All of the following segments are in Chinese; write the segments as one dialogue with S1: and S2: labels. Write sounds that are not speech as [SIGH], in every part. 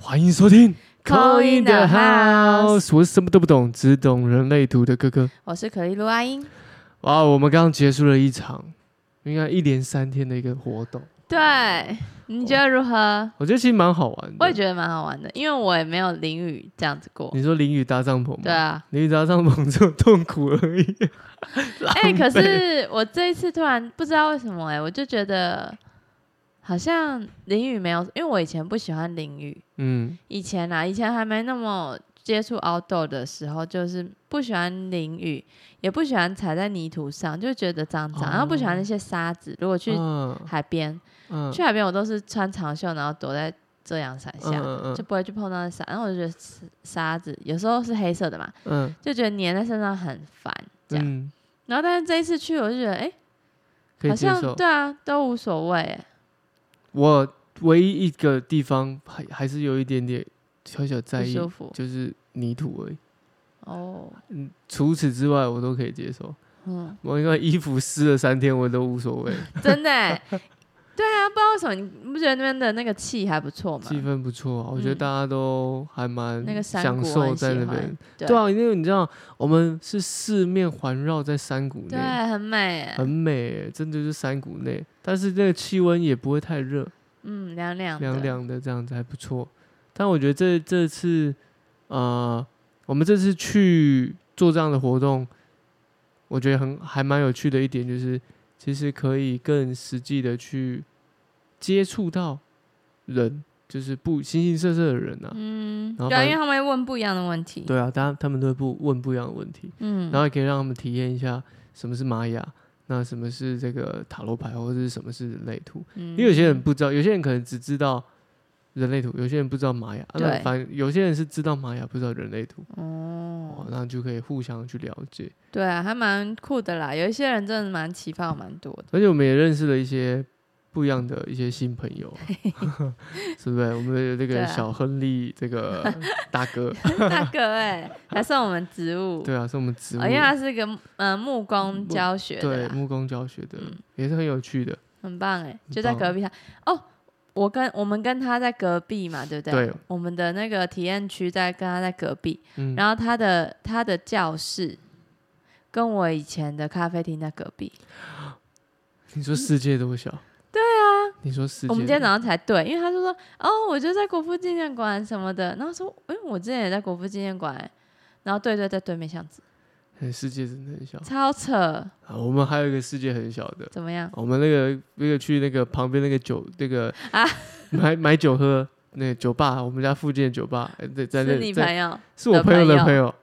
S1: 欢迎收听
S2: Call in the house
S1: 我是什么都不懂，只懂人类图的哥哥。
S2: 我是可丽露阿英。
S1: 哇，我们刚刚结束了一场，应该一连三天的一个活动，
S2: 对，你觉得如何？
S1: 我觉得其实蛮好玩的。
S2: 我也觉得蛮好玩的，因为我也没有淋雨这样子过。
S1: 你说淋雨搭帐篷吗？
S2: 对啊，
S1: 淋雨搭帐篷只有痛苦而
S2: [LAUGHS]
S1: 已。
S2: 哎、
S1: 哎
S2: 可是我这一次突然不知道为什么、哎，我就觉得好像淋雨没有，因为我以前不喜欢淋雨，
S1: 嗯，
S2: 以前啊，以前还没那么接触 outdoor 的时候，就是不喜欢淋雨，也不喜欢踩在泥土上，就觉得脏
S1: 哦
S2: 脏，然后不喜欢那些沙子。如果去
S1: 嗯
S2: 海边，
S1: 嗯
S2: 去海边我都是穿长袖，然后躲在遮阳伞下。
S1: 嗯
S2: 就不会去碰到那沙，然后我就觉得沙沙子有时候是黑色的嘛，
S1: 嗯
S2: 就觉得粘在身上很烦这样。
S1: 嗯，
S2: 然后但是这一次去，我就觉得哎、
S1: 可以
S2: 好
S1: 接
S2: 像
S1: 受。
S2: 对啊，都无所谓欸。
S1: 我唯一一个地方还还是有一点点小小在
S2: 不
S1: 意
S2: 舒，服
S1: 就是泥土而已。
S2: 哦，
S1: 嗯，除此之外我都可以接受。
S2: 嗯，
S1: 我因为衣服湿了三天，我都无所
S2: [LAUGHS]
S1: 谓，
S2: 真的欸、对啊，不知道为什么，你不觉得那边的那个气还不错吗？
S1: 气氛不错啊。我觉得
S2: 嗯
S1: 大家都还蛮
S2: 那个山
S1: 享
S2: 谷我
S1: 受
S2: 很
S1: 在
S2: 喜
S1: 那
S2: 欢
S1: 边。
S2: 对
S1: 对啊，因为你知道，我们是四面环绕在山谷
S2: 对，
S1: 内，
S2: 很美欸，
S1: 很美欸，真的就是山谷内。但是那个气温也不会太热，
S2: 嗯，凉凉的
S1: 凉，凉的这样子还不错。但我觉得这这次，呃，我们这次去做这样的活动，我觉得很还蛮有趣的一点就是，其实可以更实际的去接触到人，就是不形形色色的人啊。
S2: 嗯，
S1: 然后
S2: 对啊，
S1: 反
S2: 因为他们会问不一样的问题，
S1: 对啊，大家他们都会不问不一样的问题，
S2: 嗯
S1: 然，后也可以让他们体验一下什么是玛雅，那什么是这个塔罗牌，或者是什么是人类图。
S2: 因
S1: 因为有些
S2: 嗯
S1: 人不知道，有些人可能只知道人类图，有些人不知道玛雅，啊那
S2: 对
S1: 反正有些人是知道玛雅，不知道人类图，哦
S2: 哦，，
S1: 那就可以互相去了解。
S2: 对啊，还蛮酷的啦，有一些人真的蛮启发我蛮多的。 [LAUGHS]
S1: 而且我们也认识了一些不一样的一些新朋友、啊， [LAUGHS] 是不是？我们有这
S2: 对
S1: 个
S2: 啊
S1: 小亨利这个大
S2: [LAUGHS]
S1: 哥，
S2: 大哥哎、还送我们植物，
S1: 对啊，是我们植物
S2: 哦，因为他是个呃木工教学
S1: 对
S2: 的啦，
S1: 木工教学的
S2: 嗯，
S1: 也是很有趣的。
S2: 很棒哎、
S1: 棒
S2: 就在隔壁他哦。我跟我们跟他在隔壁嘛，对不啊对？
S1: 对
S2: 我们的那个体验区在跟他在隔壁，
S1: 嗯，
S2: 然后他的他的教室跟我以前的咖啡厅在隔壁。
S1: 你说世界多小？对啊，你说世界，
S2: 我们今天早上才对，因为他就说哦，我就在国父纪念馆什么的，然后说哎，我之前也在国父纪念馆欸、然后对对，在对面巷子，
S1: 哎世界真的很小
S2: 超扯，
S1: 啊。我们还有一个世界很小的，
S2: 怎么样？
S1: 我们那个那个去那个旁边那个酒那个
S2: 啊
S1: 买买酒喝那个酒吧，我们家附近的酒吧，呃在在
S2: 是
S1: 那
S2: 你
S1: 在
S2: 朋友？
S1: [LAUGHS] 是我
S2: 的
S1: 朋友的
S2: 朋
S1: 朋友，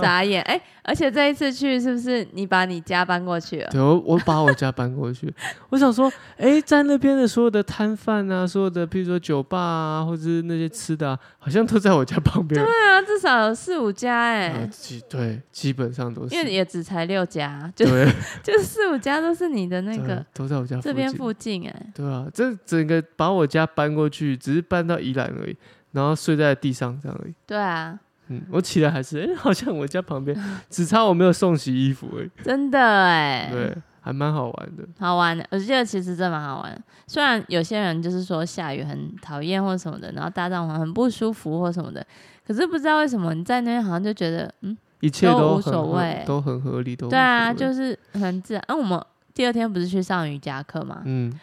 S2: 傻眼哎、而且这一次去是不是你把你家搬过去了？
S1: 对我我把我家搬过去，我想说，哎，在那边的所有的摊贩啊，所有的譬如说酒吧啊，或者是那些吃的、啊，好像都在我家旁边，
S2: 对啊，至少有四五家哎、
S1: 啊基对基本上都是，
S2: 因为也只才六家，就 [LAUGHS]
S1: 对
S2: 就四五家都是你的那
S1: 对
S2: 个
S1: 都在我家
S2: 这
S1: 附
S2: 边
S1: 近
S2: 附近哎、
S1: 对啊，这整个把我家搬过去，只是搬到宜兰而已，然后睡在地上这样而已。
S2: 对啊，
S1: 嗯，我起来还是，哎、 [LAUGHS] 好像我家旁边，只差我没有送洗衣服而已。
S2: 真的嗯哎、
S1: 对，还蛮好玩的。
S2: 好玩的。我觉得其实真蛮好玩的，虽然有些人就是说下雨很讨厌或什么的，然后搭帐篷很不舒服或什么的，可是不知道为什么你在那边好像就觉得嗯，
S1: 一切
S2: 都
S1: 都
S2: 无
S1: 很
S2: 所
S1: 合
S2: 谓
S1: 都很合理，都
S2: 对啊，
S1: 无所谓
S2: 就是很自然。那、啊我们第二天不是去上瑜伽课吗？
S1: 嗯，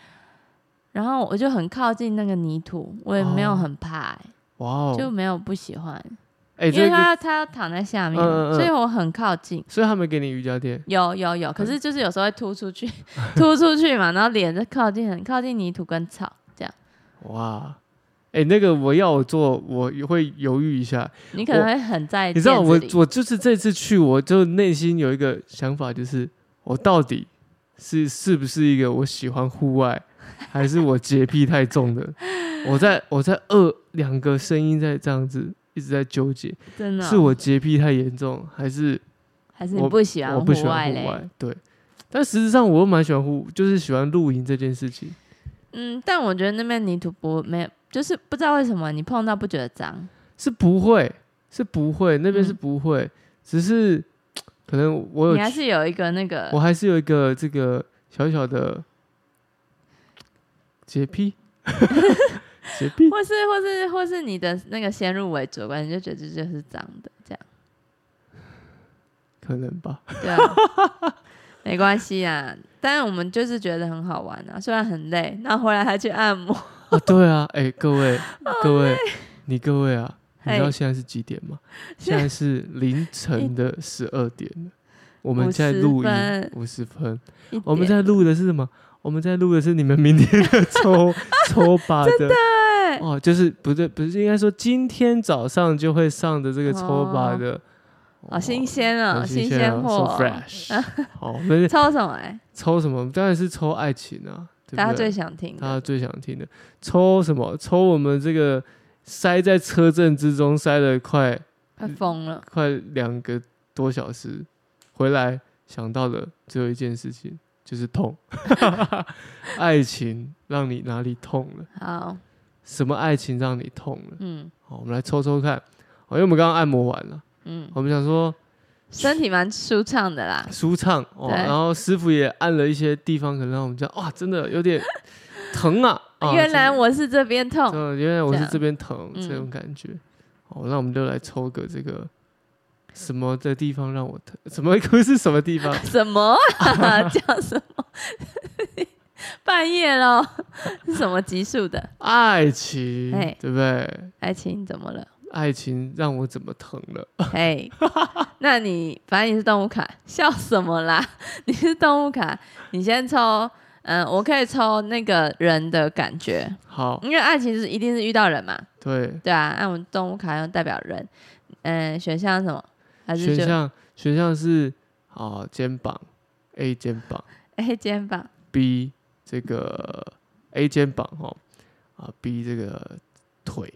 S2: 然后我就很靠近那个泥土，我也没有
S1: 哦
S2: 很怕、欸
S1: 哇
S2: 就
S1: 哦，
S2: 没有不喜欢，
S1: 哎、
S2: 因
S1: 这
S2: 为
S1: 个，
S2: 他他要躺在下面嘛，啊
S1: 嗯嗯嗯嗯
S2: 所以我很靠近。
S1: 所以他们给你瑜伽垫，
S2: 有有有，可是就是有时候会突出去， [LAUGHS] 突出去嘛，然后脸就靠近很靠近泥土跟草这样，
S1: 哇，哎、那个我要我做，我也会犹豫一下。
S2: 你可能会很在意。
S1: 你知道我我就是这次去，我就内心有一个想法，就是我到底是是不是一个我喜欢户外，还是我洁癖太重的？我在我在二两个声音在这样子一直在纠结，
S2: 真的哦
S1: 是我洁癖太严重，还是
S2: 还是你不喜欢
S1: 我不喜
S2: 外
S1: 欢
S2: 嘞
S1: 户？外？对，但实质上我又蛮喜欢户，就是喜欢露营这件事情。
S2: 嗯，但我觉得那边泥土不没有，就是不知道为什么你碰到不觉得脏，
S1: 是不会，是不会，那边是
S2: 嗯
S1: 不会，只是可能我有
S2: 你还是有一个那个
S1: 我还是有一个这 [LAUGHS] 个小小的洁癖，随 [LAUGHS] 便。
S2: 或是或是或是你的那个先入为主的观念，就觉得这就是脏的，
S1: [LAUGHS]
S2: 这样
S1: 可能吧。
S2: 对啊，没关系啊。但是我们就是觉得很好玩啊，虽然很累，那回来还去按摩，
S1: 啊，对啊，哎、 [LAUGHS] 各位各位，你各位啊，你知道
S2: 嘿
S1: 现在是几点吗？现在是凌晨的十二点了，我们
S2: 50
S1: 在录音
S2: 分
S1: 五十分，
S2: 哎一点
S1: 我们在录的是什么？我们在录的是你们明天 [LAUGHS] 的抽抽吧的，哦，就是不对，不是应该说今天早上就会上的这个抽吧的，
S2: 好新鲜哦，
S1: 很
S2: 新
S1: 新
S2: 鲜
S1: 啊
S2: 货哦 [LAUGHS]
S1: ，so，fresh。好，我们
S2: 抽什么、哎，
S1: 抽什么？当然是抽爱情啊，对不对
S2: 大家最想听
S1: 大
S2: 的
S1: 家，最想听的，抽什么？抽我们这个塞在车阵之中，塞了快
S2: 快疯了。
S1: 快两个多小时，回来想到的只有一件事情，就是
S2: [LAUGHS]
S1: 痛。 [LAUGHS] 爱情让你哪里痛了？
S2: 好，
S1: 什么爱情让你痛了？
S2: 嗯
S1: 好，我们来抽抽看。好，因为我们刚刚按摩完了，
S2: 嗯，
S1: 我们想说
S2: 身体蛮舒畅的啦，
S1: 舒畅哦，
S2: 对
S1: 然后师傅也按了一些地方，可能让我们觉得哇，真的有点疼
S2: [LAUGHS]
S1: 啊。啊
S2: 原来
S1: 真的
S2: 我是这边痛，
S1: 嗯，原来我
S2: 这
S1: 是
S2: 样
S1: 这边疼
S2: 嗯
S1: 这种感觉。哦，那我们就来抽个这个什么的地方让我疼？什么 [LAUGHS] 不是什么地方？
S2: 什么 [LAUGHS] 啊？叫什么？ [LAUGHS] 半夜喽，是什么级数的
S1: 爱情
S2: 哎，
S1: 对不对？
S2: 爱情？怎么了？
S1: 爱情让我怎么疼了？
S2: 嘿， [LAUGHS] 那你反正你是动物卡，笑什么啦？ [LAUGHS] 你是动物卡，你先抽，嗯，我可以抽那个人的感觉，
S1: 好，
S2: 因为爱情是一定是遇到人嘛，
S1: 对，
S2: 对啊，那我们动物卡要代表人，嗯，选项是什么？还是
S1: 选
S2: 就
S1: 项选项是啊、肩膀 A 肩膀
S2: A 哎肩膀
S1: B 这个 A 肩膀哦啊 B 这个腿，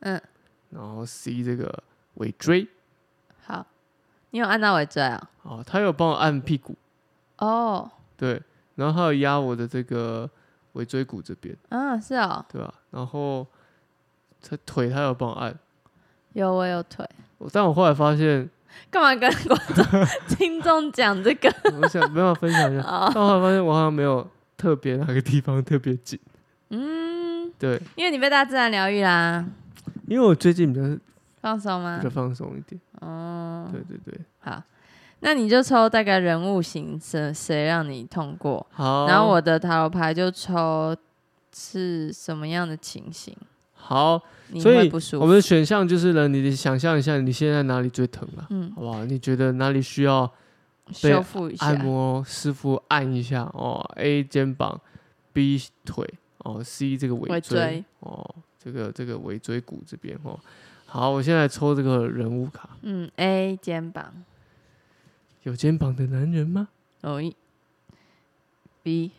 S2: 嗯，
S1: 然后 C 这个尾椎
S2: 好，你有按到尾椎啊？
S1: 啊，他有帮我按屁股。
S2: 哦，
S1: 对，然后还有压我的这个尾椎骨这边，
S2: 嗯，是哦，
S1: 对吧？然后他腿他有帮我按，
S2: 有我有腿，
S1: 我但我后来发现，
S2: 干嘛跟观众 [LAUGHS] 听众讲这个？
S1: 我想没办法分享一下，
S2: 哦，
S1: 但我后来发现我好像没有特别哪个地方特别紧，
S2: 嗯，
S1: 对，
S2: 因为你被大自然疗愈啦，
S1: 因为我最近比较
S2: 放松吗
S1: 比较？放松一点，
S2: 嗯哦，
S1: 对对对，
S2: 好，那你就抽大概人物型谁谁让你痛过，
S1: 好，
S2: 然后我的塔罗牌就抽是什么样的情形，
S1: 好，
S2: 你
S1: 所以
S2: 会不舒
S1: 我
S2: 服？
S1: 们的选项就是呢，你想象一下你现在哪里最疼了、
S2: 嗯，
S1: 好不好？你觉得哪里需要
S2: 修复一下
S1: 按，摩师傅按一下哦，A 肩膀，B 腿哦，C 这个尾
S2: 尾椎
S1: 哦，这个这个尾椎骨这边哦。好，我现在抽这个人物卡，
S2: 嗯，A 肩膀，
S1: 有肩膀的男人
S2: [LAUGHS]
S1: 吗？
S2: 哦一，B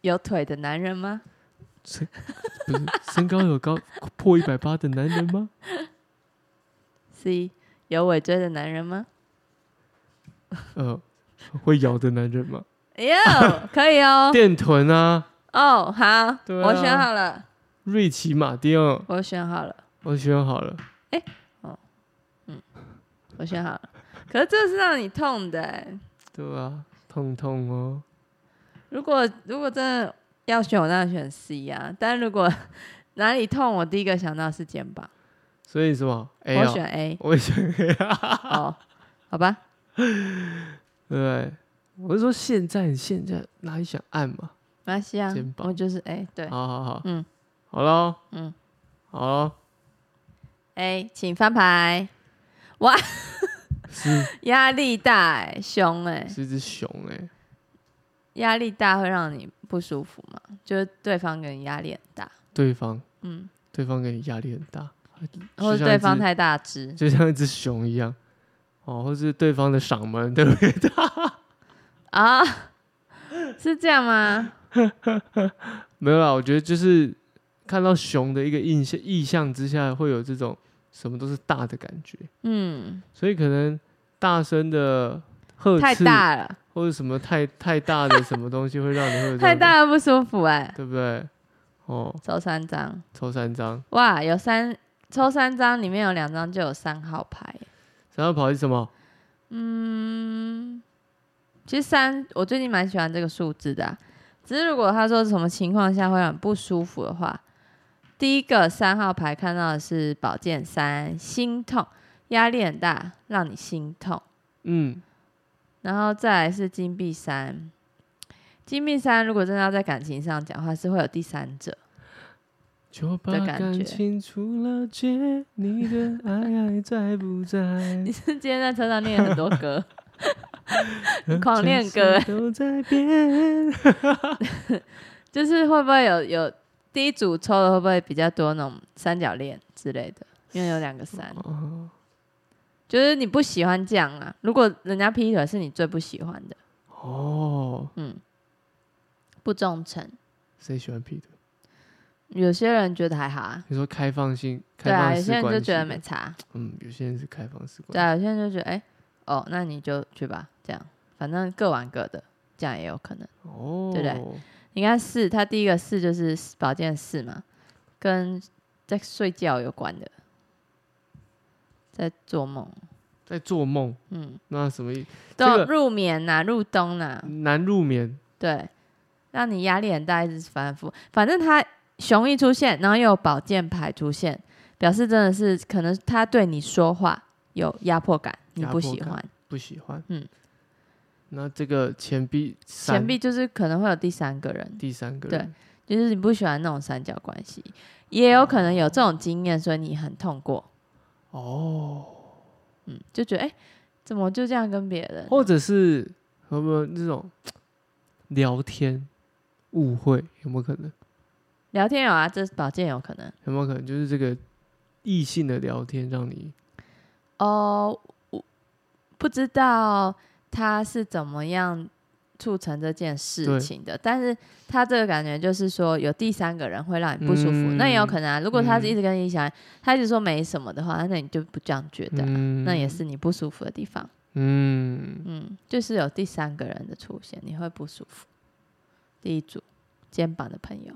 S2: 有腿的男人吗？
S1: 身不是身高有高破一百八的男人吗？
S2: C 有尾椎的男人吗？
S1: 呃，会咬的男人吗？ [LAUGHS]
S2: 有，可以哦。
S1: 电臀啊，
S2: 哦，好，
S1: 对
S2: 我
S1: 啊
S2: 选好了，
S1: 瑞奇马丁哦，
S2: 我选好了，
S1: 我选好了。
S2: 我选好了。可是这是让你痛的欸，
S1: 对啊，痛痛哦，
S2: 如果如果真的要选，我当然选 C 啊。但如果哪里痛，我第一个想到是肩膀，
S1: 所以什么 A
S2: 我
S1: 啊、
S2: 选
S1: [LAUGHS]
S2: A
S1: 我也选 A 啊。
S2: 哦，好吧，
S1: 对，我是说现在你现在哪里想按嘛？
S2: 没关系
S1: [LAUGHS]
S2: 啊
S1: 肩，膀
S2: 我就是 A，对
S1: 好好好，
S2: 嗯，
S1: 好了，
S2: 嗯，
S1: 好了，
S2: A，请翻牌。哇， [LAUGHS]
S1: 是
S2: 压力大欸，凶哎，
S1: 是只熊哎、
S2: 压力大会让你不舒服吗？就是对方给你压力很大，
S1: 对方
S2: 嗯，
S1: 对方给你压力很大，就
S2: 或者
S1: 像
S2: 对
S1: 一
S2: 方
S1: 只
S2: 太大只，
S1: 就像一只熊一样，哦，或是对方 [LAUGHS] 的嗓门特别大，
S2: 啊， [LAUGHS] 是这样吗？
S1: 没有啦，我觉得就是看到熊的一个印象意象之下，会有这种什么都是大的感觉，
S2: 嗯，
S1: 所以可能大声的呵
S2: 太
S1: 斥
S2: 大了，
S1: 或者什么太太大的什么东西，会让你会有这
S2: 太
S1: 样的
S2: 大了不舒服哎、
S1: 对不对？哦，
S2: 抽三张，
S1: 抽三张，
S2: 哇，有三，抽三张里面有两张就有三号牌。
S1: 三张牌是什么？
S2: 嗯，其实三，我最近蛮喜欢这个数字的啊、只是如果他说什么情况下会很不舒服的话，第一个三号牌看到的是宝剑三，心痛，压力很大，让你心痛。
S1: 嗯，
S2: 然后再来是金币三，金币三如果真的要在感情上讲话，是会有第三者。
S1: 就把
S2: 感觉
S1: 感情除了解，你的爱还在不在
S2: 你？是今天在车上练很多歌，狂练
S1: 城市
S2: 歌欸
S1: 都在变。
S2: 就是会不会有有第一组抽的会不会比较多那种三角恋之类的？因为有两个三，
S1: 哦，
S2: 就是你不喜欢这样啊。如果人家劈腿是你最不喜欢的，
S1: 哦，
S2: 嗯，不忠诚。
S1: 谁喜欢劈腿？
S2: 有些人觉得还好啊，
S1: 你说开放性，开
S2: 对啊，
S1: 放
S2: 有
S1: 式
S2: 些人就
S1: 关
S2: 觉得
S1: 系
S2: 没差，啊
S1: 嗯，有些人是开放式关
S2: 对
S1: 系。
S2: 啊，有些人就觉得哎、哦，那你就去吧，这样，反正各玩各的，这样也有可能。
S1: 哦，
S2: 对不你看四，他第一个四就是保健四嘛，跟在睡觉有关的，在做梦，
S1: 在做梦，
S2: 嗯，
S1: 那什么意？这
S2: 都、
S1: 个
S2: 入眠呐、入冬呐、
S1: 难入眠，
S2: 对，让你压力很大，一直反复。反正他熊一出现，然后又有宝剑牌出现，表示真的是可能他对你说话有压迫感，你
S1: 压迫
S2: 不喜
S1: 感
S2: 欢。
S1: 不喜欢。
S2: 嗯，
S1: 那这个钱币三，
S2: 钱币就是可能会有第三个人，
S1: 第三个
S2: 对
S1: 人，
S2: 就是你不喜欢那种三角关系，也有可能有这种经验，所以你很痛过。
S1: 哦，
S2: 嗯，就觉得哎、诶怎么就这样跟别人？
S1: 或者是有没有那种聊天误会？有没有可能？
S2: 聊天有啊，这是保健有可能
S1: 有没有可能就是这个异性的聊天让你
S2: 哦。我不知道他是怎么样促成这件事
S1: 对
S2: 情的，但是他这个感觉就是说有第三个人会让你不舒服，那
S1: 嗯
S2: 也有可能啊。如果他是一直跟你讲，他一直说没什么的话，那你就不这样觉得啊、
S1: 嗯
S2: 那也是你不舒服的地方。
S1: 嗯
S2: 嗯，就是有第三个人的出现，你会不舒服。第一组肩膀的朋友，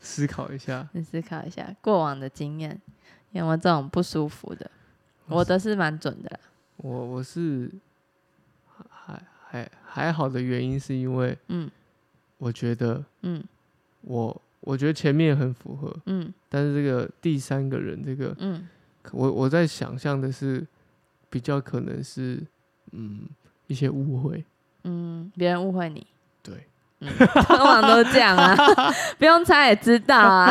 S1: 思考一下，
S2: 你思考一下过往的经验，有没有这种不舒服的？我的是蛮准的啦，
S1: 我我是还还还好的原因是因为
S2: 嗯
S1: 我觉得
S2: 嗯
S1: 我我觉得前面很符合，
S2: 嗯
S1: 但是这个第三个人这个
S2: 嗯
S1: 我我在想象的是比较可能是嗯一些误会，
S2: 嗯，别人误会你， [LAUGHS]
S1: 对，
S2: 嗯，通常都这
S1: [LAUGHS]
S2: 样啊，不用猜也知道啊，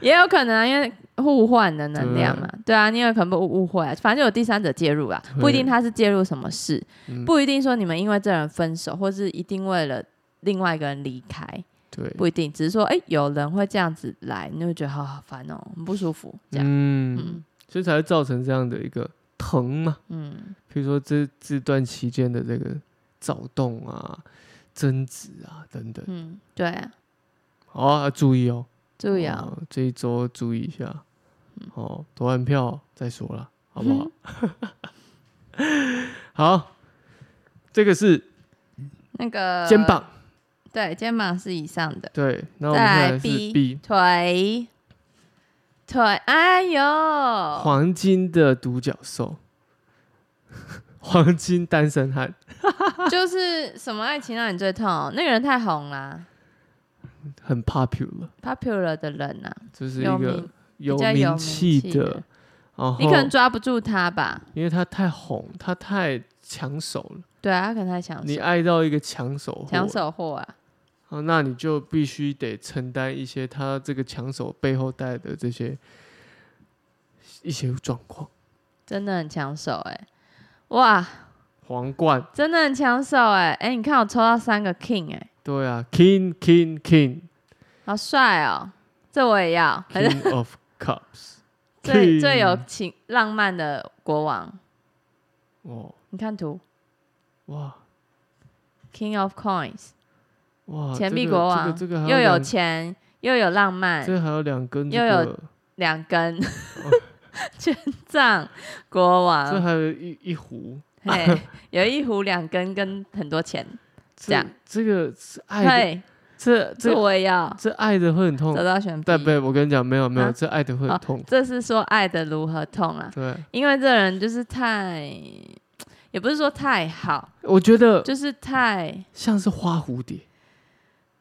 S2: 也有可能啊，因为互换的能量嘛，对啊，你有可能被误会啊，反正有第三者介入啊，不一定
S1: 对
S2: 他是介入什么事，
S1: 嗯
S2: 不一定说你们因为这人分手，或是一定为了另外一个人离开，
S1: 对，
S2: 不一定，只是说，哎、有人会这样子来，你就会觉得好好烦哦、很不舒服，这样，
S1: 嗯，所以才会造成这样的一个疼嘛。
S2: 嗯
S1: 譬如说这这段期间的这个躁动啊、争执啊等等，
S2: 嗯，对啊，
S1: 好、啊，注意哦，
S2: 注意啊、
S1: 哦这一周注意一下
S2: 嗯，
S1: 哦，投完票再说了，好不好？
S2: 嗯
S1: [LAUGHS] 好，这个是
S2: 那个
S1: 肩，膀，
S2: 对，肩膀是以上的，
S1: 对，那我们
S2: 再
S1: 看
S2: 来
S1: 来是
S2: B
S1: B
S2: 腿，腿，哎呦， [LAUGHS]
S1: 黄金的独角兽，
S2: 哦
S1: [LAUGHS] 黄金单身汉，
S2: 就是什么爱情让你最痛？那个人太红啦
S1: 很 popular，
S2: ，popular 的人啊，
S1: 就是一
S2: 有
S1: 个
S2: 名，
S1: 有
S2: 比较有
S1: 名气
S2: 名气的
S1: 的，哦然后
S2: 你可能抓不住他吧？
S1: 因为他太红，他太抢手了。
S2: 对啊，他可能太抢
S1: 你哦
S2: 手，
S1: 爱到一个抢手货，
S2: 抢手货啊，
S1: 啊，那你就必须得承担一些他这个抢手背后带的这些一些状况。
S2: 真的很抢手哎、哇，
S1: 皇冠，
S2: 真的很抢手哎、哎、你看我抽到三个 king 哎、
S1: 对啊，King King
S2: [LAUGHS]
S1: King
S2: 好帅哦！这我也要，反正
S1: King of Cups，
S2: [LAUGHS] 最最
S1: King
S2: 有情浪漫的国王。
S1: 哦
S2: 你看图
S1: 哇
S2: ，King of Coins，
S1: 哇，
S2: 钱
S1: 这
S2: 币
S1: 个
S2: 国
S1: 这
S2: 王
S1: 个这个还
S2: 又有
S1: 两，
S2: 钱又有浪漫，
S1: 这个还哦有两根这
S2: 又有
S1: 个，
S2: 两根 [LAUGHS] 权杖国
S1: 这
S2: 王，
S1: 还有一一壶，
S2: 嘿，有一壶两根跟很多钱，这样
S1: 这个是 [LAUGHS] 爱的，
S2: 嘿，
S1: 这
S2: 这
S1: 这
S2: 我也要
S1: 这爱的会很痛
S2: 走，到选 B
S1: 但。不，我跟你讲，没有没有，
S2: 嗯啊
S1: 这爱的会
S2: 哦
S1: 很痛，
S2: 这是说爱的如何痛啊？
S1: 对。
S2: 因为这人就是太，也不是说太好，
S1: 我觉得
S2: 就是太
S1: 像是花蝴蝶，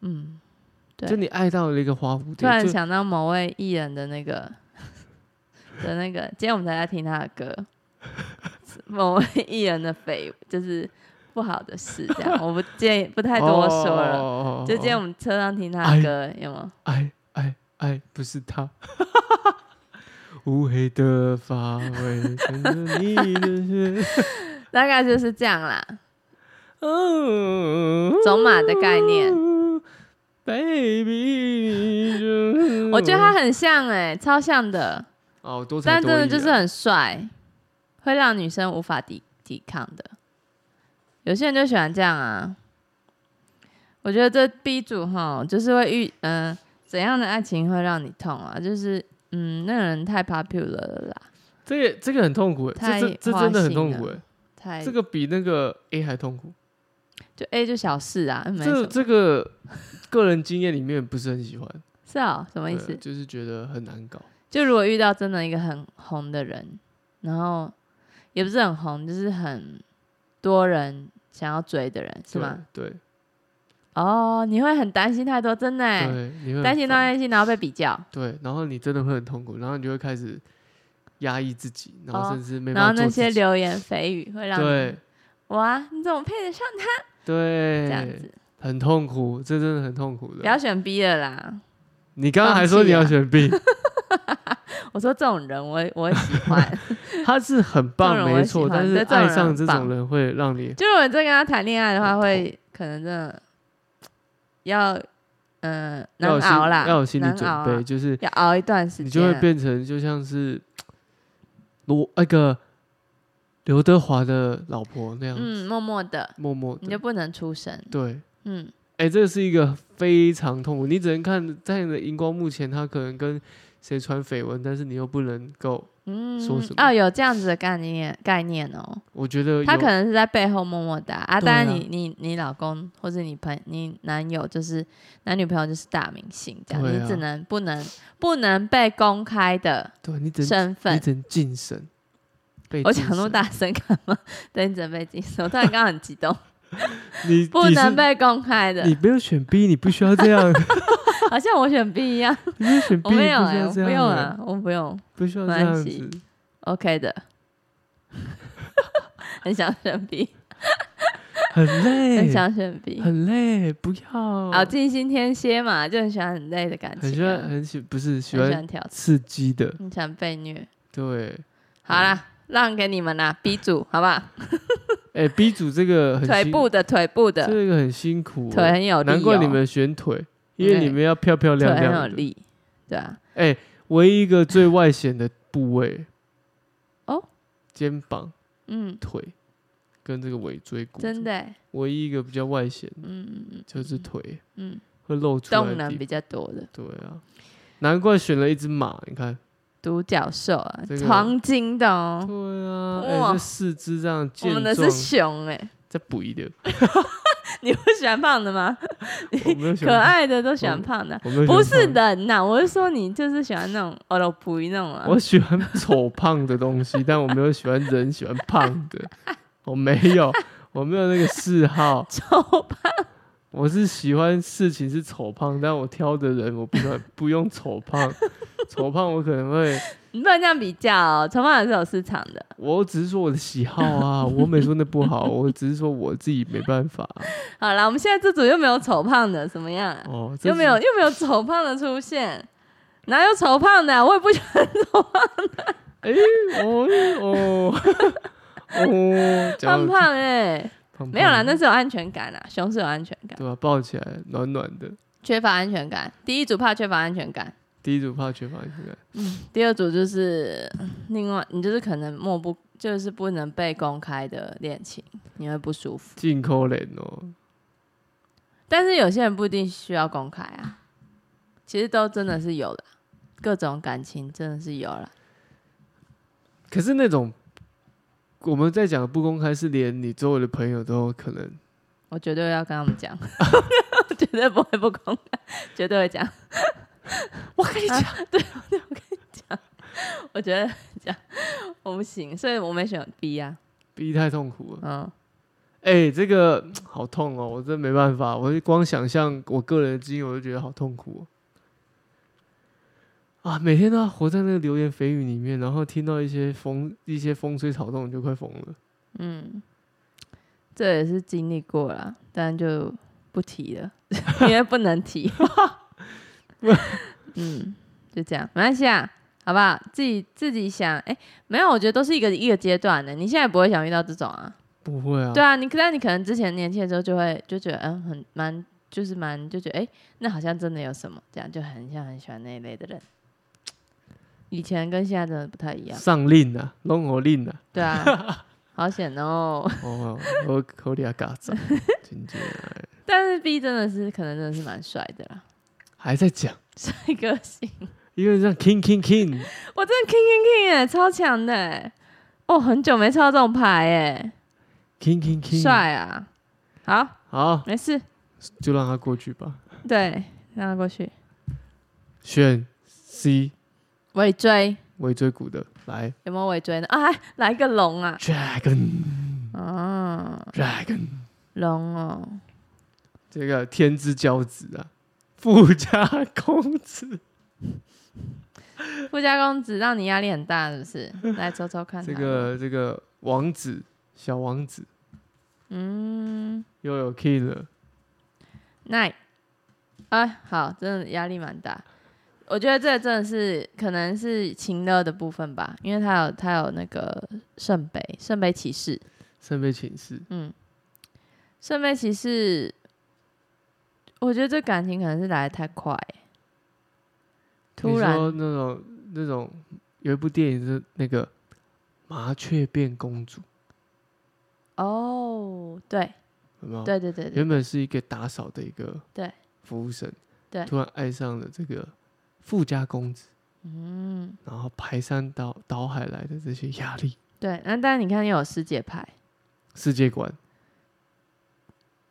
S2: 嗯，对
S1: 就你爱到了一个花蝴
S2: 突
S1: 蝶，
S2: 然
S1: 就
S2: 想到某位艺人的那个 [LAUGHS] 的那个，今天我们才在听他的歌， [LAUGHS] 某位艺人的绯就是不好的事，这样我不建议不太多说了。
S1: 了
S2: 就今天我们车上听他的歌，有吗？
S1: 爱爱爱，哎不是他。乌黑的发尾，牵着你
S2: [LAUGHS]
S1: 的血。
S2: 大概就是这样啦。
S1: 哦
S2: 走马的概念
S1: ，baby，你就
S2: 我觉得他很像哎、超像的，
S1: 哦，多才
S2: 但
S1: 多
S2: 真的
S1: 艺
S2: 就是
S1: 啊
S2: 很帅，会让女生无法抵抵抗的。有些人就喜欢这样啊。我觉得这 B 组哈，就是会遇嗯、怎样的爱情会让你痛啊？就是嗯，那个人太 popular 了啦，
S1: 这个这个很痛苦哎，这
S2: 太
S1: 这这
S2: 花
S1: 真的很
S2: 心
S1: 痛
S2: 了
S1: 苦哎，
S2: 太
S1: 这个比那个 A 还痛苦。
S2: 就 A 就小事啊，嗯没什
S1: 这
S2: 么。
S1: 这个个人经验里面不是很
S2: [LAUGHS]
S1: 喜欢，
S2: 是啊、什么意
S1: 对
S2: 思？
S1: 就是觉得很难搞。
S2: 就如果遇到真的一个很红的人，然后也不是很红，就是很多人想要追的人，是
S1: 对
S2: 吗？？
S1: 对
S2: 哦，你会很担心太多，真的欸，
S1: 嗯对，你会很
S2: 担心东
S1: 烦
S2: 担心，然后被比较，
S1: 对，然后你真的会很痛苦，然后你就会开始压抑自己，然
S2: 哦
S1: 后甚至没
S2: 然后
S1: 办法
S2: 那
S1: 做自
S2: 些
S1: 己。
S2: 流言蜚语会让你
S1: 对
S2: 哇，你怎么配得上他这样
S1: 对，
S2: 子？
S1: 很痛苦，这真的很痛苦
S2: 不要
S1: 的。
S2: 选 B 了啦！
S1: 你刚刚
S2: 放
S1: 还说
S2: 弃
S1: 你要
S2: 啊
S1: 选 B，
S2: [LAUGHS] 我说这种人我会，我会喜欢。 [LAUGHS]
S1: 他是很
S2: 人
S1: 棒，
S2: 我
S1: 没
S2: 喜
S1: 错，但
S2: 欢
S1: 是
S2: 对这种
S1: 爱
S2: 人
S1: 上
S2: 很
S1: 这
S2: 棒
S1: 种人会让你
S2: 就如果你真跟他谈恋爱的话，
S1: 很
S2: 会可能真的要嗯、
S1: 要有
S2: 难
S1: 心
S2: 熬啦，
S1: 要有心理
S2: 难
S1: 准
S2: 熬
S1: 备，
S2: 啊，
S1: 就是
S2: 要熬一段时间啊，
S1: 你就会变成就像是罗那个刘德华的老婆那样子，
S2: 嗯，默默的，
S1: 默默
S2: 你就
S1: 的
S2: 不能出声。
S1: 对。
S2: 嗯，
S1: 哎、这是一个非常痛苦，你只能看在你的荧光幕前，他可能跟谁传绯闻，但是你又不能够，
S2: 嗯
S1: 说什么
S2: 哦，有这样子的概念概念哦，
S1: 我觉得
S2: 他
S1: 有
S2: 可能是在背后默默的啊。啊
S1: 对啊
S2: 当然你，你你老公或是你朋你男友就是男女朋友就是大明星这样，
S1: 对啊
S2: 你只能不能不能被公开的
S1: 对你只能
S2: 身
S1: 你
S2: 份。
S1: 只能晋升，被
S2: 我
S1: 晋
S2: 讲那么
S1: 升
S2: 大声干嘛？对，你只能被禁止。我突然刚刚很激
S1: [LAUGHS]
S2: 动，
S1: 你
S2: 不
S1: 你
S2: 能
S1: 是
S2: 被公开的
S1: 你，没有选 B，你不需要这样，
S2: 好像我选 B 一
S1: [LAUGHS]
S2: 样。
S1: 你没有选 B，
S2: [LAUGHS] 我没有
S1: 你
S2: 哎、我
S1: 不需
S2: 不
S1: 要这
S2: 用
S1: 样、
S2: 啊，我不用
S1: 不需要这
S2: 没关
S1: 样
S2: 系
S1: 子，
S2: ，OK 的。 [LAUGHS] 很想选 B。
S1: 很累，
S2: 很想啊选 B。
S1: 很累，不要，
S2: 好，静心天蝎嘛，就很喜欢很累的感情啊、
S1: 很喜欢很喜不是喜
S2: 很喜
S1: 欢
S2: 欢挑刺，
S1: 刺激的，
S2: 很喜欢被
S1: 嗯
S2: 虐。
S1: 对，
S2: 好啦，让给你们啦，B 组好不好？
S1: 哎、b 组这个很
S2: 腿
S1: 辛
S2: 部的，腿部的，
S1: 这个很辛苦、欸，
S2: 腿很有力、哦，
S1: 难怪你们选腿，因为
S2: 对
S1: 你们要漂漂
S2: 腿
S1: 亮
S2: 很有
S1: 亮的。
S2: 力，对啊，
S1: 哎、唯一一个最外显的部位，
S2: 哦，
S1: 肩膀、
S2: 嗯，
S1: 腿跟这个尾椎骨，
S2: 真的欸、
S1: 唯一一个比较外显的
S2: 嗯嗯嗯，
S1: 就是腿
S2: 嗯，
S1: 会露出来
S2: 动
S1: 的
S2: 能
S1: 地方。
S2: 比较多的
S1: 对啊，难怪选了一只马，你看，
S2: 独角兽啊，
S1: 这个
S2: 黄金的哦。
S1: 对啊，哎、
S2: 哇
S1: 这四肢这样
S2: 我
S1: 健
S2: 们
S1: 壮
S2: 的，是熊哎、
S1: 再补一点，
S2: [LAUGHS] 你不喜欢胖的吗？
S1: [LAUGHS] 我没有想
S2: 可，爱的都喜欢
S1: 我
S2: 胖的，
S1: 我没有
S2: 不
S1: 想
S2: 是
S1: 胖，
S2: 人呐、我是说你就是喜欢那种哦，老婆那种啊。
S1: 我喜欢丑胖的东
S2: [LAUGHS]
S1: 西，但我没有喜欢人喜欢胖的，我没有，我没有那个嗜好。
S2: 丑
S1: 我是喜欢事情是丑胖，但我挑的人我不喜欢不用丑
S2: [LAUGHS]
S1: 胖，丑胖我可能会，
S2: 你不能这样比较、哦，长发也是有市场的。
S1: 我只是说我的喜好啊，我没说那不
S2: [LAUGHS]
S1: 好，我只是说我自己没办法、
S2: 好啦，我们现在这组又没有丑胖的，怎么样啊、
S1: 哦，这
S2: 又没有
S1: 是
S2: 又没有丑胖的出现，哪有丑胖的啊、我也不喜欢丑胖，
S1: 哦哦
S2: [LAUGHS]
S1: 哦，讲
S2: 胖
S1: 到
S2: 胖哎、
S1: 胖
S2: 没有啦，那是有安全感啊，熊是有安全感，
S1: 对吧、抱起来暖暖的，
S2: 缺乏安全感。第一组怕缺乏安全感，
S1: 第一组怕缺乏安全感，
S2: 第二组就是嗯另外，你就是可能默不就是不能被公开的恋情，你会不舒服。
S1: 进口脸哦，
S2: 但是有些人不一定需要公开啊，其实都真的是有的，各种感情真的是有了。
S1: 可是那种我们在讲的不公开，是连你周围的朋友都有可能
S2: 我绝对要跟他们讲， [LAUGHS] 我绝对不会不公开，绝对会讲。 [LAUGHS] 我跟你讲，对，我跟你讲，我觉得讲我不行，所以我没选 B 啊。
S1: 逼太痛苦了。
S2: 嗯，
S1: 哎、这个好痛哦，我真没办法，我就光想象我个人的经历，我就觉得好痛苦、哦、啊！每天都要活在那个流言蜚语里面，然后听到一些风一些风吹草动，你就快疯了。
S2: 嗯，这也是经历过了，但就不提了， [LAUGHS] 因为不能 [LAUGHS] 提。嗯，就这样，没关系啊，好不好？自己自己想，哎、没有，我觉得都是一个一个阶段的。你现在不会想遇到这种啊，
S1: 不会啊，
S2: 对啊，你可但你可能之前年轻的时候就会就觉得，嗯，很蛮，就是蛮就觉得，哎、那好像真的有什么，这样就很像很喜欢那一类的人。以前跟现在真的不太一样，
S1: 上令啊，弄我令啊，
S2: 对啊，好险哦。 [LAUGHS]
S1: 哦，我口里啊嘎子，真的哎
S2: 但是 B 真的是可能真的是蛮帅的啦， [LAUGHS]
S1: 还在讲，
S2: 帅个性，
S1: 因为这样 king king king，
S2: 我真的 king king king 哎、超强的哎、哦，很久没抽到这种牌哎、
S1: king king king，，
S2: 帅啊，好，
S1: 好，
S2: 没事，
S1: 就让他过去吧。
S2: 对，让他过去，
S1: 选 C
S2: 尾椎
S1: 尾椎骨的，来
S2: 有没有尾椎呢？啊，来个龙啊，
S1: dragon
S2: 啊，
S1: dragon，
S2: 龙哦，
S1: 这个天之骄子啊，富家公子，
S2: 富家公子让你压力很大是不是？来抽抽看，
S1: 这，个这个王子，小王子
S2: 嗯
S1: 又有 k i n 了，
S2: ，nice，哎、好，真的压力蛮大。我觉得这真的是可能是情乐的部分吧，因为他有他有那个圣杯，圣杯骑士，
S1: 圣杯骑士，
S2: 嗯，圣杯骑士，我觉得这感情可能是来的太快，突
S1: 你
S2: 然
S1: 说那种那种有一部电影是那个麻雀变公主，
S2: 哦，对
S1: 有没有？
S2: 对对对对
S1: 原本是一个打扫的一个
S2: 对
S1: 服务生，
S2: 对
S1: 突然爱上了这个富家公子，嗯，然后排山倒倒海来的这些压力
S2: 对，那但是你看又有世界牌，
S1: 世界观，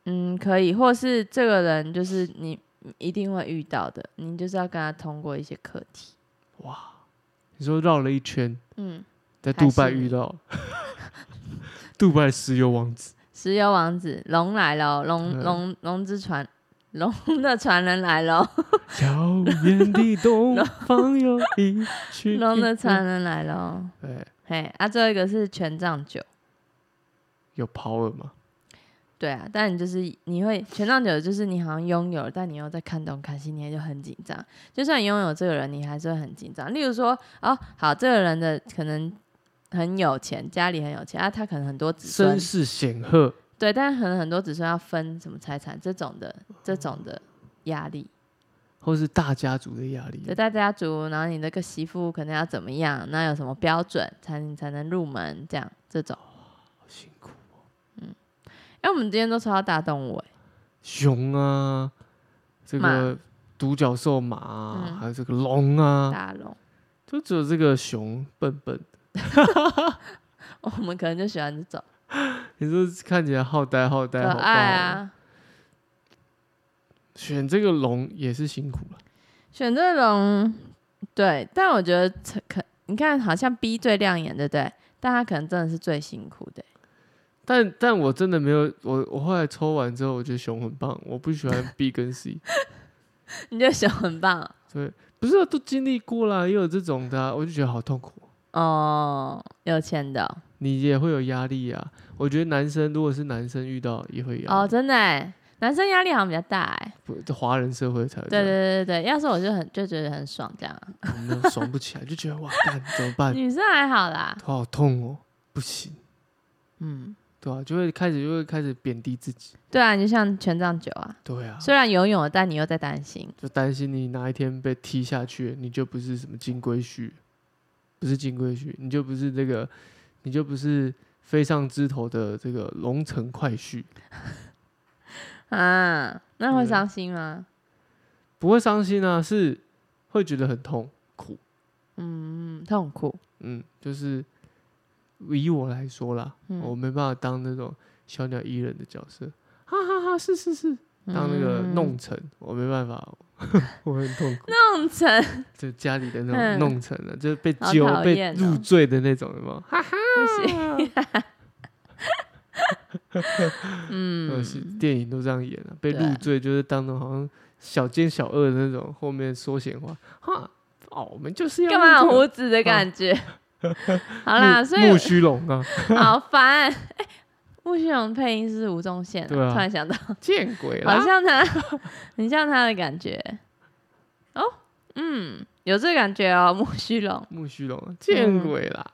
S2: 嗯，可以，或是这个人就是你一定会遇到的，你就是要跟他通过一些课题，
S1: 哇！你说绕了一圈，
S2: 嗯，
S1: 在
S2: 还
S1: 杜拜
S2: 是
S1: 遇到 [LAUGHS] 杜拜石油王子，
S2: 石油王子龙来了，龙
S1: 对
S2: 龙龙之传龙的传人来了，
S1: 遥远的东方有一群哎
S2: 龙的
S1: 一
S2: 传人来了，
S1: 对，
S2: 嘿，啊，最后一个是权杖九。
S1: 有 power 吗？
S2: 对啊，但你就是你会权杖九，就是你好像拥有了，但你又在看东看西，你也就很紧张。就算你拥有这个人，你还是会很紧张。例如说，哦，好，这个人的可能很有钱，家里很有钱啊，他可能很多子孙
S1: 身，世显赫，
S2: 对，但可能很多子孙要分什么财产这种的，这种的压力，
S1: 或是大家族的压力
S2: 对，，大家族，然后你那个媳妇可能要怎么样，那有什么标准才能才能入门，这样这种。
S1: 好辛苦。
S2: 哎、我们今天都抽到大动物、欸，
S1: 熊啊，这个独角兽马、啊，
S2: 嗯
S1: 还有这个龙啊，
S2: 大龙，
S1: 就只有这个熊笨笨。
S2: 我们可能就喜欢这种
S1: 你说看起来好呆好
S2: 可
S1: 呆，好
S2: 爱
S1: 棒哦！
S2: 啊。
S1: 选这个龙也是辛苦了，
S2: 选这种，对，但我觉得可可你看，好像 B 最亮眼，对不对？但他可能真的是最辛苦的。 [LAUGHS]
S1: 但但我真的没有，我我后来抽完之后，我觉得熊很棒，我不喜欢 B 跟
S2: [LAUGHS]
S1: C，
S2: 你觉得熊很棒哦
S1: 不是、啊、都经历过啦，也有这种的啊、我就觉得好痛苦。
S2: 哦，有钱的哦
S1: 你也会有压力啊，我觉得男生如果是男生遇到也会有
S2: 哦，真的哎，男生压力好像比较大哎。
S1: 不这华人社会才会这
S2: 对
S1: 样，哎
S2: 对对对对，要是我就很就觉得很爽这样啊，
S1: 我们都爽不起来，就觉得哇，干怎么办？
S2: 女生还好啦，
S1: 头好痛哦，不行，
S2: 啊嗯，
S1: 对啊，就会开始就会开始贬低自己，
S2: 对啊，你就像权杖九啊，
S1: 对啊，
S2: 虽然游泳了，但你又在担心。
S1: 就担心你哪一天被踢下去，你就不是什么金龟婿，不是金龟婿，你就不是这个，你就不是飞上枝头的这个龙城快婿，哦
S2: 啊，那会
S1: 对
S2: 伤心吗？
S1: 不会伤心啊，是会觉得很痛苦，
S2: 嗯，痛苦。
S1: 嗯，就是以我来说啦，
S2: 嗯
S1: 我没办法当那种小鸟依人的角色，哈哈哈，是是是，当那个
S2: 嗯
S1: 弄臣，我没办法，我很痛苦。
S2: [LAUGHS] 弄成
S1: 就家里的
S2: 嗯
S1: 那种弄成了，就是被
S2: 好
S1: 酒
S2: 讨
S1: 被
S2: 厌哦
S1: [LAUGHS] 入醉的那种，有没有？
S2: 不行，
S1: 呃，
S2: 嗯，
S1: 是电影都这样演啊，被
S2: 对
S1: 入罪就是当成好像小奸小恶的那种，后面说闲话，哈，哦，我们就是要
S2: 干嘛有
S1: 入罪
S2: 胡子的感
S1: [LAUGHS]
S2: 觉？好啦，
S1: 啊木
S2: 所以
S1: 木须龙
S2: [LAUGHS]
S1: 啊，
S2: 好烦。哎木须龙配音是吴宗宪、
S1: 对啊
S2: 突然想到，
S1: 见鬼
S2: 好
S1: 啦！
S2: 像他，很像他的感觉。哦，嗯，有这感觉哦， [LAUGHS] 木须龙。
S1: 木须龙啊，见
S2: 嗯
S1: 鬼啦！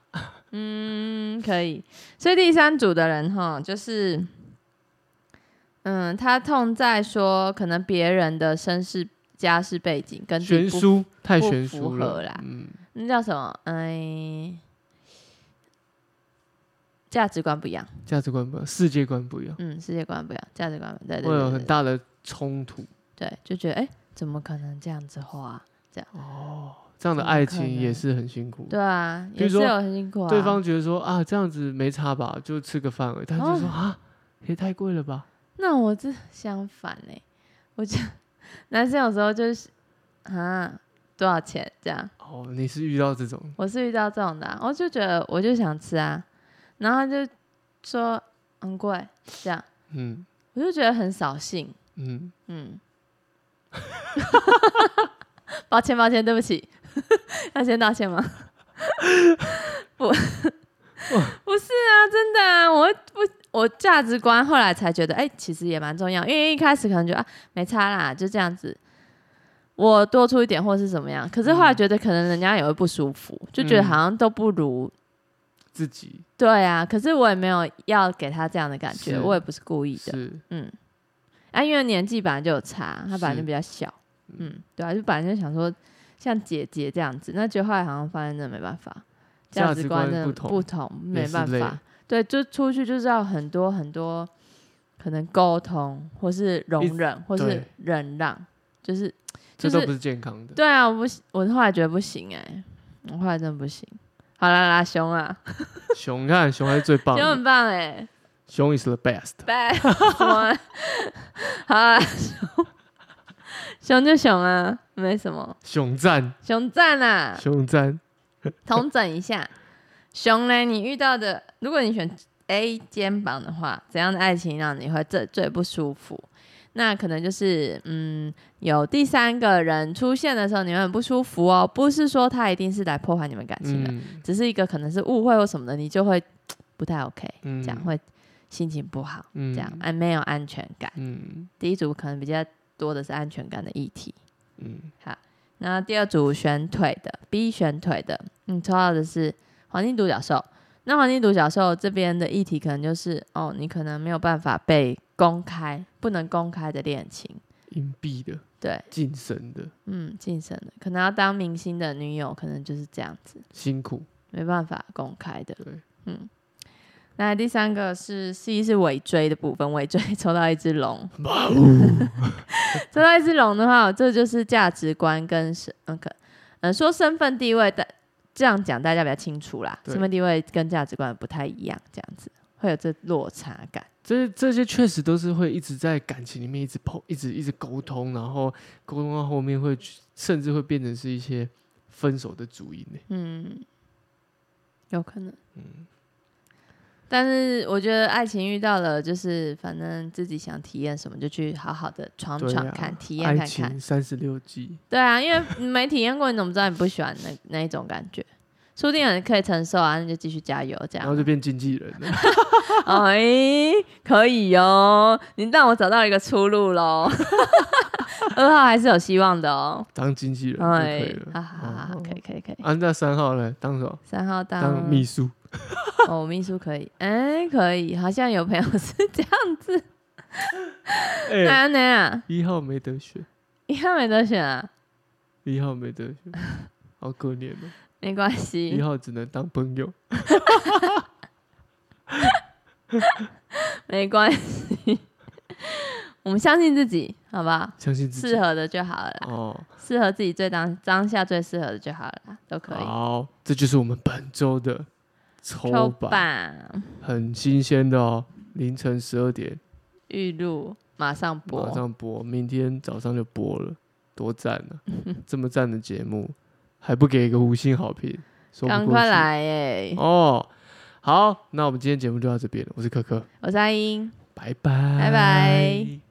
S2: 嗯，可以。所以第三组的人哈，就是，嗯，他痛在说可能别人的身世、家世背景跟自
S1: 悬
S2: 己嗯不
S1: 殊太
S2: 不
S1: 悬
S2: 符
S1: 殊
S2: 合
S1: 了
S2: 啦
S1: 嗯，
S2: 那叫什么？哎，价值观不一样，
S1: 价值观不一样，世界观不一样，
S2: 嗯，世界观不一样，价值观不一样对对
S1: 会有
S2: 对
S1: 很
S2: 对
S1: 大的冲突。
S2: 对，就觉得哎、怎么可能这样子
S1: 嗯
S2: 花？
S1: 这样的
S2: 怎么
S1: 爱
S2: 可
S1: 情也
S2: 能
S1: 是很辛苦。
S2: 对啊，
S1: 比
S2: 也
S1: 如
S2: 是
S1: 说
S2: 有很辛苦啊。
S1: 对方觉得说啊，这样子没差吧，就吃个饭而已。他就
S2: 哦
S1: 说啊，也太贵了吧。
S2: 那我这相反呢、我就男生有时候就是啊多少钱这样，
S1: 哦，你是遇到这种，
S2: 我是遇到这种的啊、我就觉得我就想吃啊，然后他就说很贵这样，
S1: 嗯
S2: 我就觉得很扫兴，
S1: 嗯，
S2: 嗯， [LAUGHS] 抱歉抱歉，对不起， [LAUGHS] 要先道歉吗？ [LAUGHS] 不，不是啊，真的啊，我会不。我价值观后来才觉得，哎、其实也蛮重要，因为一开始可能觉得啊，没差啦，就这样子，我多出一点或是怎么样。可是后来
S1: 嗯
S2: 觉得，可能人家也会不舒服，就觉得
S1: 嗯
S2: 好像都不如。
S1: 自己
S2: 对啊，可是我也没有要给他这样的感觉，
S1: 是
S2: 我也不是故意的。
S1: 是
S2: 嗯，啊，因为年纪本来就有差，他本来
S1: 是
S2: 就比较小，嗯，对啊，就本来就想说像姐姐这样子，那就后来好像发现真的没办法，价
S1: 价
S2: 值
S1: 值
S2: 观
S1: 观
S2: 真的
S1: 不
S2: 不
S1: 同，
S2: 同，
S1: 也
S2: 没
S1: 是
S2: 办
S1: 累
S2: 法，对，就出去就是要很多很多可能沟通，或是容忍，或是
S1: 对
S2: 忍让，就是就
S1: 这都不
S2: 是
S1: 是健康的。
S2: 对啊，我不行，我后来觉得不行哎、我后来真的不行。好啦啦，熊啊，
S1: 熊看熊还是最棒
S2: 熊
S1: 的，
S2: 很棒哎、
S1: 熊 is the best。
S2: 拜什么？ [LAUGHS] 好啊，熊 [LAUGHS] 熊就熊啊，没什么，
S1: 熊赞
S2: 熊赞啊，
S1: 熊赞，
S2: 同整一下。熊嘞，你遇到的，如果你选 A 肩膀的话，怎样的爱情让你会最最不舒服？那可能就是，嗯，有第三个人出现的时候，你会很不舒服哦。不是说他一定是来破坏你们感情的，
S1: 嗯
S2: 只是一个可能是误会或什么的，你就会不太 OK，
S1: 嗯
S2: 这样会心情不好，
S1: 嗯
S2: 这样安没有安全感。
S1: 嗯
S2: 第一组可能比较多的是安全感的议题。
S1: 嗯
S2: 那第二组选腿的 B 选腿的，你抽到的是黄金独角兽。那黄金独角兽这边的议题可能就是哦，你可能没有办法被公开，不能公开的恋情，
S1: 隐蔽的
S2: 对，
S1: 晋升的
S2: 嗯，晋升的，可能要当明星的女友，可能就是这样子，
S1: 辛苦，
S2: 没办法公开的。
S1: 对，
S2: 嗯。那第三个是 C 是尾椎的部分，尾椎 [LAUGHS] 抽到一只龙，
S1: 哇哦，
S2: [LAUGHS] 抽到一只龙的话，这就是价值观跟身嗯可嗯说身份地位的这样讲，大家比较清楚啦。
S1: 对
S2: 身份地位跟价值观不太一样，这样子会有这落差感。
S1: 这这些确实都是会一直在感情里面一直碰，一直一直沟通，然后沟通到后面会去甚至会变成是一些分手的主因呢。
S2: 嗯，有可能。
S1: 嗯，
S2: 但是我觉得爱情遇到了，就是反正自己想体验什么，就去好好的闯
S1: 对
S2: 闯
S1: 啊
S2: 看，体验
S1: 爱
S2: 看看
S1: 情。三十六计，
S2: 对啊，因为你没体验过，你怎么知道你不喜欢那那一种感觉？说不定很可以承受啊，那就继续加油这样
S1: 然。后就变经纪人了。
S2: 哎，可以哦，你让我找到一个出路
S1: [LAUGHS]
S2: 喽。二号还是有希望的哦。
S1: 当经纪人就可以
S2: 哎，
S1: 了。
S2: 哈哈哈，
S1: 嗯
S2: 可以可以可以。
S1: 啊，那三号呢？当什么？
S2: 三号当
S1: 当秘书。 [LAUGHS]
S2: 哦，秘书可以，哎，可以，好像有朋友 [LAUGHS] 是这样子。
S1: 哎，
S2: 哪哪啊？
S1: 一号没得选，
S2: 一号没得选啊，
S1: 一号没得选，好可怜
S2: [LAUGHS]
S1: 哦。
S2: 没关
S1: 一
S2: 系，
S1: 号只能当朋友。
S2: 没关系。我们相信自己，好不好？
S1: 相信自己
S2: 适。合的就好了啦，
S1: 哦，
S2: 适合自己最当当下最适合的就好了啦，都可以。
S1: 好，这就是我们本周的抽吧，
S2: 吧，
S1: 很新鲜的哦，凌晨十二点
S2: 预录马上播，
S1: 马上播，明天早上就播了，多赞啊！这么赞的节目还不给一个五星好评，说不
S2: 赶
S1: 过
S2: 快
S1: 去
S2: 来哎、
S1: 哦。好，那我们今天节目就到这边了。我是可可，
S2: 我是阿英。
S1: 拜拜，
S2: 拜拜。